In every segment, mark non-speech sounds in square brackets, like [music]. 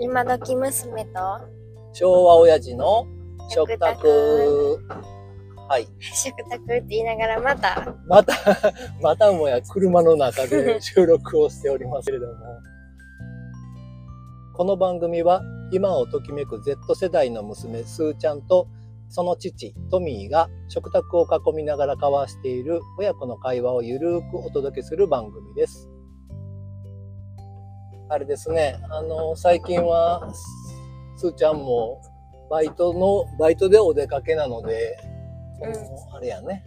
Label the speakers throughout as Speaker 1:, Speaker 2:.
Speaker 1: 今時娘と
Speaker 2: 昭和親父の食卓。はい。
Speaker 1: 食卓って言いながらまた
Speaker 2: また、 [laughs] またもや車の中で収録をしておりますけれども。この番組は今をときめく Z 世代の娘、スーちゃんとその父、トミーが食卓を囲みながら交わしている親子の会話をゆるーくお届けする番組です。あれですね、あの、最近は、スーちゃんもバイトの、バイトでお出かけなので、
Speaker 1: うん
Speaker 2: もうあれやね、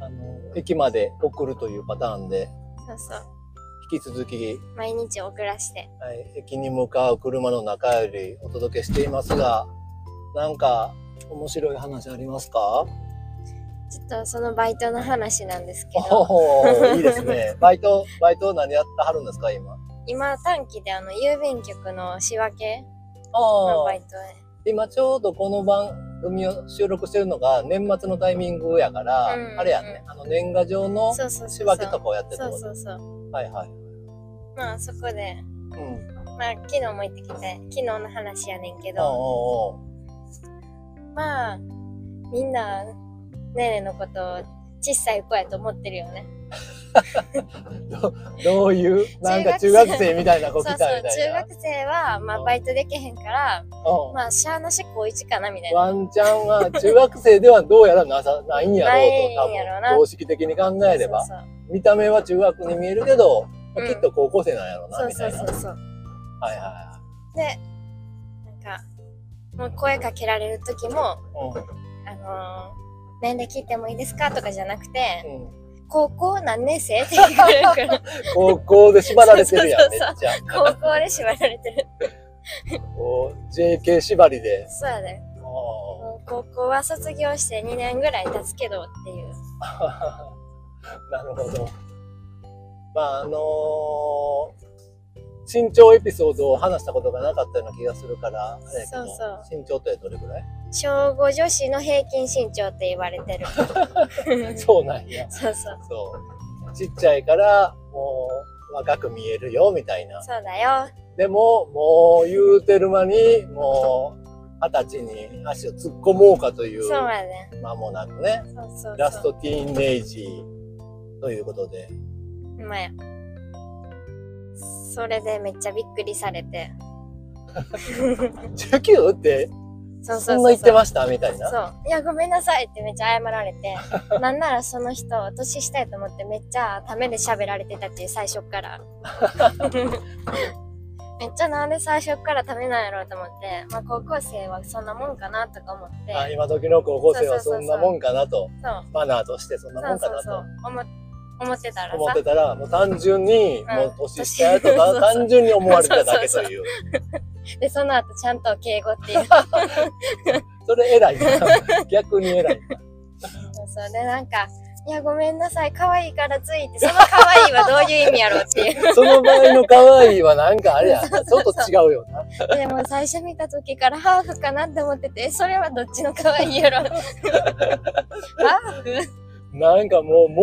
Speaker 2: あの、駅まで送るというパターンで、
Speaker 1: そうそう
Speaker 2: 引き続き、
Speaker 1: 毎日送らして
Speaker 2: はい、駅に向かう車の中よりお届けしていますが、なんか面白い話ありますか
Speaker 1: ちょっとそのバイトの話なんですけど
Speaker 2: おお、いいで
Speaker 1: [laughs]
Speaker 2: すね。バイト、バイト何やってはるんですか、今。
Speaker 1: 今短期であの郵便局の仕分けの
Speaker 2: あ
Speaker 1: バ
Speaker 2: あ
Speaker 1: イ、トへ
Speaker 2: 今ちょうどこの番組を収録してるのが年末のタイミングやから、
Speaker 1: うんうんうん
Speaker 2: あれやね、あの年賀状の
Speaker 1: そうそうそう
Speaker 2: 仕
Speaker 1: そう
Speaker 2: 分けとかをやってる
Speaker 1: そ
Speaker 2: と
Speaker 1: う
Speaker 2: こ
Speaker 1: そうそう
Speaker 2: はいはい。
Speaker 1: まあそこで
Speaker 2: うん。
Speaker 1: まあ昨日も行ってきて昨日の話やねんけ
Speaker 2: おう
Speaker 1: ど
Speaker 2: おうおう
Speaker 1: まあみんなねえねえのことを小さい子やと思ってるよね
Speaker 2: どういう、なんか中
Speaker 1: 中
Speaker 2: 学
Speaker 1: 学
Speaker 2: 生みたいな
Speaker 1: そ
Speaker 2: 子
Speaker 1: う
Speaker 2: 来た
Speaker 1: そう
Speaker 2: みたいな。
Speaker 1: 中学生はま
Speaker 2: う
Speaker 1: あ
Speaker 2: ん
Speaker 1: バイトできへんから
Speaker 2: うん
Speaker 1: まあしゃあなし高一かなみたいな
Speaker 2: ワンちゃんは中学生ではどうやらなさないんやろうと、多
Speaker 1: ないんやろうな
Speaker 2: 分常識的に考えれば。
Speaker 1: そうそう
Speaker 2: 見た目は中学に見えるけど、まあ
Speaker 1: うん
Speaker 2: きっと高校生なんやろうな、み
Speaker 1: そ
Speaker 2: た
Speaker 1: う
Speaker 2: いな。
Speaker 1: そう
Speaker 2: はい
Speaker 1: そうそう
Speaker 2: はいは
Speaker 1: でなんかもう声かけられる時も
Speaker 2: い。
Speaker 1: あのー年齢聞いてもいいですかとかじゃなくて
Speaker 2: うんうん
Speaker 1: 高校何年生って聞かれるから
Speaker 2: 高校で縛られてるやん、め
Speaker 1: そう
Speaker 2: っ
Speaker 1: そう
Speaker 2: ちゃ。
Speaker 1: 高校で縛られてる
Speaker 2: こう JK 縛りで。
Speaker 1: そうや [laughs] で
Speaker 2: あ
Speaker 1: もう高校は卒業して2年ぐらい経つけどっていう
Speaker 2: あ [laughs] なるほど。まあ、あのー身長エピソードを話したことがなかったような気がするから、あれやけど
Speaker 1: そうそう
Speaker 2: 身長ってどれぐらい
Speaker 1: 小5女子の平均身長って言われてるそう
Speaker 2: そうなんや。
Speaker 1: そうそう
Speaker 2: そう。ちっちゃいから、もう、若く見えるよ、みたいな。
Speaker 1: そうだよ
Speaker 2: でも、もう、言うてる間に、もう、二十歳に足を突っ込もうかという
Speaker 1: そうやね
Speaker 2: 間もなくね、
Speaker 1: そうそう
Speaker 2: ラス
Speaker 1: そう
Speaker 2: トティーンエイジということで。
Speaker 1: ほんまやそれでめっちゃびっくりされ
Speaker 2: [laughs]
Speaker 1: て
Speaker 2: 19? って、
Speaker 1: そうそうそう
Speaker 2: そんな言ってましたみたいな。
Speaker 1: そういやごめんなさいってめっちゃ謝られ
Speaker 2: [laughs]
Speaker 1: てなんならその人年下やと思ってめっちゃためで喋られてたっていう最初っから
Speaker 2: [laughs]
Speaker 1: めっちゃなんで最初っからためなんやろうと思って、まあ、高校生はそんなもんかなとか思って
Speaker 2: あ今時の高校生は
Speaker 1: そう
Speaker 2: そ
Speaker 1: そうそうんそう
Speaker 2: なもんかな
Speaker 1: そ
Speaker 2: と。
Speaker 1: う
Speaker 2: マナーとしてそんな
Speaker 1: そ
Speaker 2: も
Speaker 1: うん
Speaker 2: か
Speaker 1: そう
Speaker 2: な
Speaker 1: そう
Speaker 2: と。
Speaker 1: 思っ思ってたら
Speaker 2: 思っ
Speaker 1: さ
Speaker 2: てたら、もう単純に、
Speaker 1: うん
Speaker 2: もう年下やとか、
Speaker 1: 年下
Speaker 2: 単純に思われてただけという。
Speaker 1: でその後ちゃんと敬語っていう
Speaker 2: それ偉
Speaker 1: [laughs]
Speaker 2: いな。逆に偉いな。
Speaker 1: そうそうでなんか「いやごめんなさい可愛いからついてその可愛いはどういう意味やろ」うっていう
Speaker 2: その場合の可愛いはなんかあれやな、ちょっと違うよな。
Speaker 1: [laughs] でも最初見た時からハーフかなって思っててえそれはどっちの可愛いやろハーフ
Speaker 2: なんかもう、も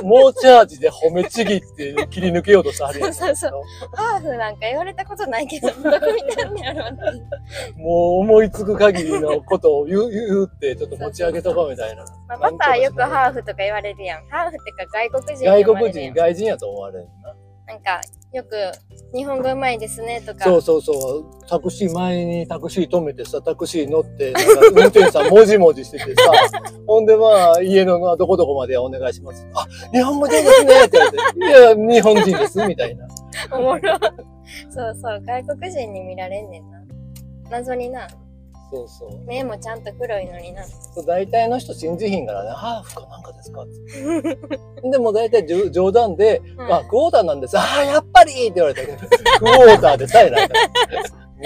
Speaker 2: う、もうチャージで褒めちぎって切り抜けようとしてはるやん。
Speaker 1: そうそうハーフなんか言われたことないけどどこ見たんやろって [laughs] いう
Speaker 2: もう思いつく限りのことを言う、言うって、ちょっと持ち上げとこうみたいな。
Speaker 1: まあ、パパはよくハー
Speaker 2: フ。
Speaker 1: フとか言われるやんハーフってか外国人に
Speaker 2: 外
Speaker 1: 呼ばれ
Speaker 2: 国
Speaker 1: るや
Speaker 2: 人、
Speaker 1: ん
Speaker 2: 外人やと思われるな。
Speaker 1: なんかよく「日本語うまいですね」とか
Speaker 2: そうそうそう。タクシー前にタクシー止めてさ、タクシー乗って、なんか運転手さんもじもじしてて
Speaker 1: [laughs]
Speaker 2: さ、ほんでまあ、家のどこどこまでお願いします。あ、日本語人ですねって言われて、いや、日本人です、みたいな。
Speaker 1: おもろそうそう外国人に見られんねんな謎にな
Speaker 2: そうそう。
Speaker 1: 目もちゃんと黒いのにな
Speaker 2: そう大体の人信じひんからね、ハーフかなんかですかって。でも大体じょ冗談で、
Speaker 1: うん
Speaker 2: あ、クォーターなんです。あー、やっぱりって言われたけど、クォーターでさえないから。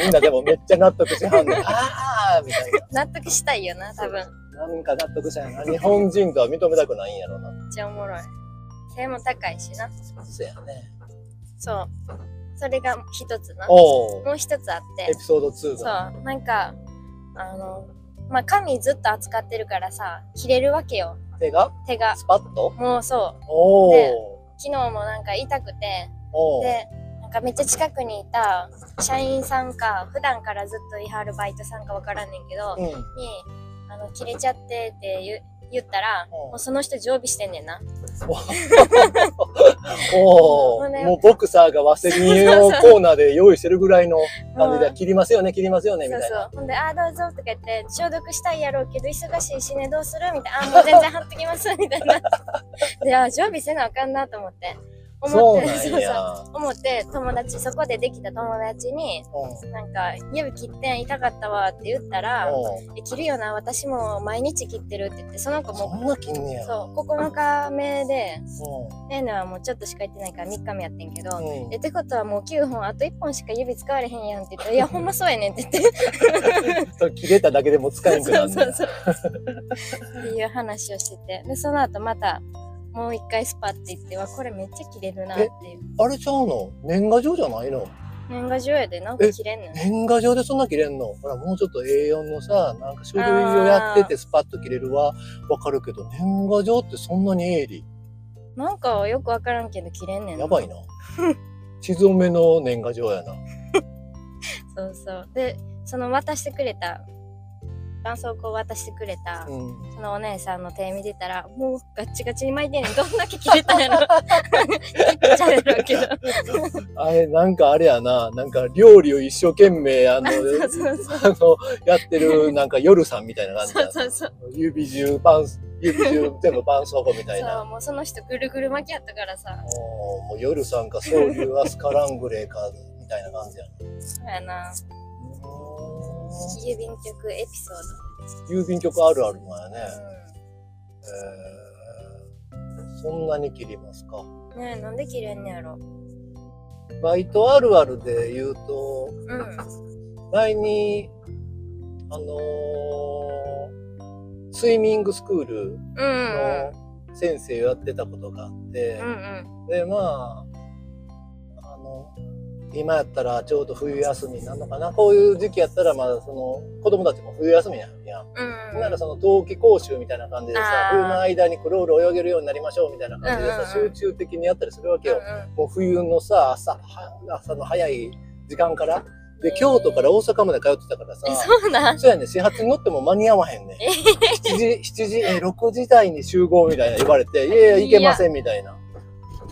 Speaker 2: みんなでもめっちゃ納得しはんねん。あーみたい
Speaker 1: 納得したいよな多分
Speaker 2: な。なんか納得したんやな。日本人とは認めたくないんやろな。
Speaker 1: めっちゃおもろい背も高いしな
Speaker 2: そうやね。
Speaker 1: そう。それが一つな。も
Speaker 2: おー
Speaker 1: う一つあっ
Speaker 2: エ
Speaker 1: て
Speaker 2: ピ。ソード2
Speaker 1: そう。
Speaker 2: が。
Speaker 1: なんか、あの、まあ、紙ずっと扱ってるからさ、切れるわけよ。
Speaker 2: 手が
Speaker 1: 手が。
Speaker 2: スパッと
Speaker 1: もうそう。
Speaker 2: おー
Speaker 1: 昨日もなんか痛くて、
Speaker 2: おー
Speaker 1: で、なんかめっちゃ近くにいた社員さんか普段からずっといはるバイトさんかわからんねんけど、
Speaker 2: うん。
Speaker 1: にあの切れちゃってって言う言ったら、
Speaker 2: うん
Speaker 1: もうその人常備してんねんな
Speaker 2: おお、
Speaker 1: もうね
Speaker 2: もうボクサーがワセリンをコーナーで用意してるぐら
Speaker 1: [laughs]
Speaker 2: いの感じ
Speaker 1: う
Speaker 2: で、
Speaker 1: ん
Speaker 2: 切りますよね、切りますよね、み
Speaker 1: そう
Speaker 2: たい
Speaker 1: そ
Speaker 2: な。
Speaker 1: うほんで「ああどうぞ」とか言って消毒したいやろうけど忙しいしねどうするみたいな「あーもう全然貼っときます」みたいな [laughs] であー常備せなあかんなと思って
Speaker 2: そ
Speaker 1: 思っ
Speaker 2: う
Speaker 1: て
Speaker 2: なんや。
Speaker 1: そう思って友達そこでできた友達に「なんか指切ってん痛かったわ」って言ったら
Speaker 2: うんう
Speaker 1: 「え切るよな私も毎日切ってる」って言ってその子
Speaker 2: ん
Speaker 1: も
Speaker 2: そんな切んねや。
Speaker 1: そう9日目で
Speaker 2: うん
Speaker 1: ねえのはもうちょっとしか行ってないから3日目やってんけど、
Speaker 2: うん
Speaker 1: えってことはもう9本あと1本しか指使われへんやんって言って「いやほんまそうやねん」って言って
Speaker 2: それ切れただけでも使えんくな
Speaker 1: そう
Speaker 2: るね
Speaker 1: そうそう。っていう話をしてて、でその後またもう一回スパって言ってはこれめっちゃ切れるなっていう。
Speaker 2: あれちゃうの年賀状じゃないの
Speaker 1: 年賀状やでなんか切れんの。
Speaker 2: 年賀状でそんな切れんのほら、もうちょっと A4 のさ、なんか書類をやっててスパッと切れるはわかるけど、年賀状ってそんなに鋭利
Speaker 1: なんかよくわからんけど切れんねんな。
Speaker 2: やばい
Speaker 1: [laughs]
Speaker 2: な。地蔵めの年賀状やな。
Speaker 1: そうそう。でその渡してくれた絆創膏を渡してくれた。
Speaker 2: うん。
Speaker 1: そのお姉さんの手見てたらもうガッチガチに巻いてんねんどんだけ切れたんやろ切っちゃうやろうけど
Speaker 2: あれ、なんかあれやな、なんか料理を一生懸命、あの、
Speaker 1: [laughs] そうそうそう
Speaker 2: あの、やってる、なんか夜さんみたいな感じ
Speaker 1: そ
Speaker 2: や
Speaker 1: うそうそう
Speaker 2: 指中、パン、指中、
Speaker 1: [laughs]
Speaker 2: 全部絆創膏みたい
Speaker 1: そう
Speaker 2: な。
Speaker 1: もうその人ぐるぐる巻きやったからさ
Speaker 2: おーもう夜さんか、そういうアスカラングレーか、みたいな感
Speaker 1: [laughs]
Speaker 2: じやな。
Speaker 1: そうやな郵便局エピソー
Speaker 2: 郵便局あるあるなんやね。
Speaker 1: ド、
Speaker 2: えーそんなに切りますか。
Speaker 1: うん、ねえなんで切れんねやろ
Speaker 2: バイトあるあるで言うと、
Speaker 1: うん
Speaker 2: 前に、あのースイミングスクー
Speaker 1: う
Speaker 2: ル
Speaker 1: んうん
Speaker 2: の先生をやってたことがあって
Speaker 1: う、ん
Speaker 2: で、まあ、あの、今やったらちょうど冬休みなのかな。こういう時期やったら、まだその、子供たちも冬休みやんやん。
Speaker 1: うん
Speaker 2: ならその冬季講習みたいな感じでさ
Speaker 1: あー
Speaker 2: 冬の間にクロール泳げるようになりましょうみたいな感じでさ、
Speaker 1: うんうんう
Speaker 2: 集
Speaker 1: ん
Speaker 2: 中的にやったりするわけ
Speaker 1: うん
Speaker 2: よ、もう冬のさ朝は朝の早い時間からで京都から大阪まで通ってたからさ
Speaker 1: えそうなん
Speaker 2: そうやね始発に乗っても間に合わへんね
Speaker 1: え
Speaker 2: 7時7時え6時台に集合みたいな言われていやいや行けませんみたいな。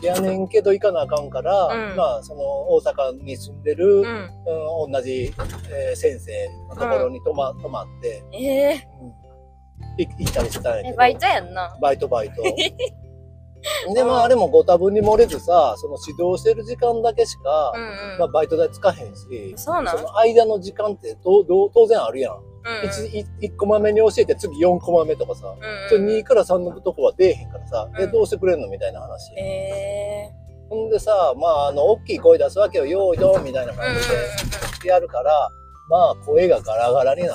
Speaker 2: やねんけど行かなあかんから、
Speaker 1: うん
Speaker 2: まあその大阪に住んでる、
Speaker 1: う
Speaker 2: う
Speaker 1: んん
Speaker 2: 同じ、えー先生のところに泊ま,、泊まって、
Speaker 1: え
Speaker 2: い行ったりしたん
Speaker 1: ー、え
Speaker 2: やけど
Speaker 1: バイトやんな
Speaker 2: バイトバ
Speaker 1: [laughs]
Speaker 2: イトでまああれもご多分に漏れずさその指導してる時間だけしか、
Speaker 1: うん
Speaker 2: まあ、
Speaker 1: う
Speaker 2: バイト代つかへんし
Speaker 1: んそうなん
Speaker 2: その間の時間ってどうどう当然あるやん、
Speaker 1: うんうん
Speaker 2: 一一 1, コマ目に教えて次4コマ目とかさ、
Speaker 1: う
Speaker 2: そ
Speaker 1: んう
Speaker 2: れ2
Speaker 1: ん
Speaker 2: から3のとこは出えへんからさ、え
Speaker 1: うん
Speaker 2: どうしてくれんのみたいな話、
Speaker 1: え
Speaker 2: ほんでさまああの大きい声出すわけよ「よーいどん」みたいな
Speaker 1: ーうん
Speaker 2: 感じでやるから、まあ声がガラガラになる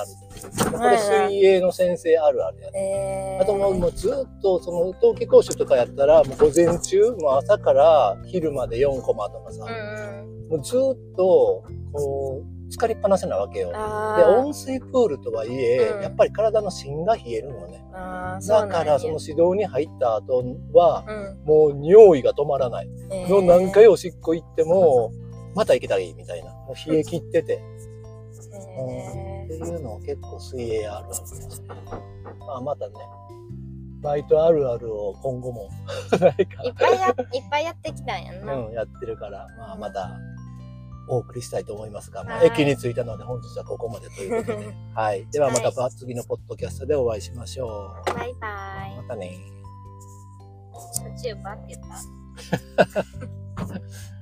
Speaker 2: これ水泳の先生あるあるやね
Speaker 1: うんうんえー
Speaker 2: あともうもうずっとその冬季講習とかやったらもう午前中もう朝から昼まで4コマとかさ、
Speaker 1: うん
Speaker 2: もうずっとこう疲れっぱなしなわけよ
Speaker 1: うん
Speaker 2: で
Speaker 1: あ
Speaker 2: 温水プールとはいえ、
Speaker 1: うん
Speaker 2: やっぱり体の芯が冷えるのね
Speaker 1: ーあーそうな
Speaker 2: だ
Speaker 1: んや
Speaker 2: からその指導に入った後は
Speaker 1: うん
Speaker 2: もう尿意が止まらない
Speaker 1: えー
Speaker 2: の何回おしっこ行ってもまた行けたらいいみたいなもう冷え切ってて
Speaker 1: え
Speaker 2: っていうのを結構水泳あるあるですね。まあまたね、バイトあるあるを今後も [laughs] ないか
Speaker 1: ーいっぱいやいっぱいやってきたんやんな、
Speaker 2: うん、やってるから、まあまたお送りしたいと思いますが、まあ、
Speaker 1: はい
Speaker 2: 駅に着いたので本日はここまでということで、はい。ではまたば次のポッドキャストでお会いしましょ
Speaker 1: バイバ
Speaker 2: う。
Speaker 1: イ
Speaker 2: またね
Speaker 1: 途中バって言った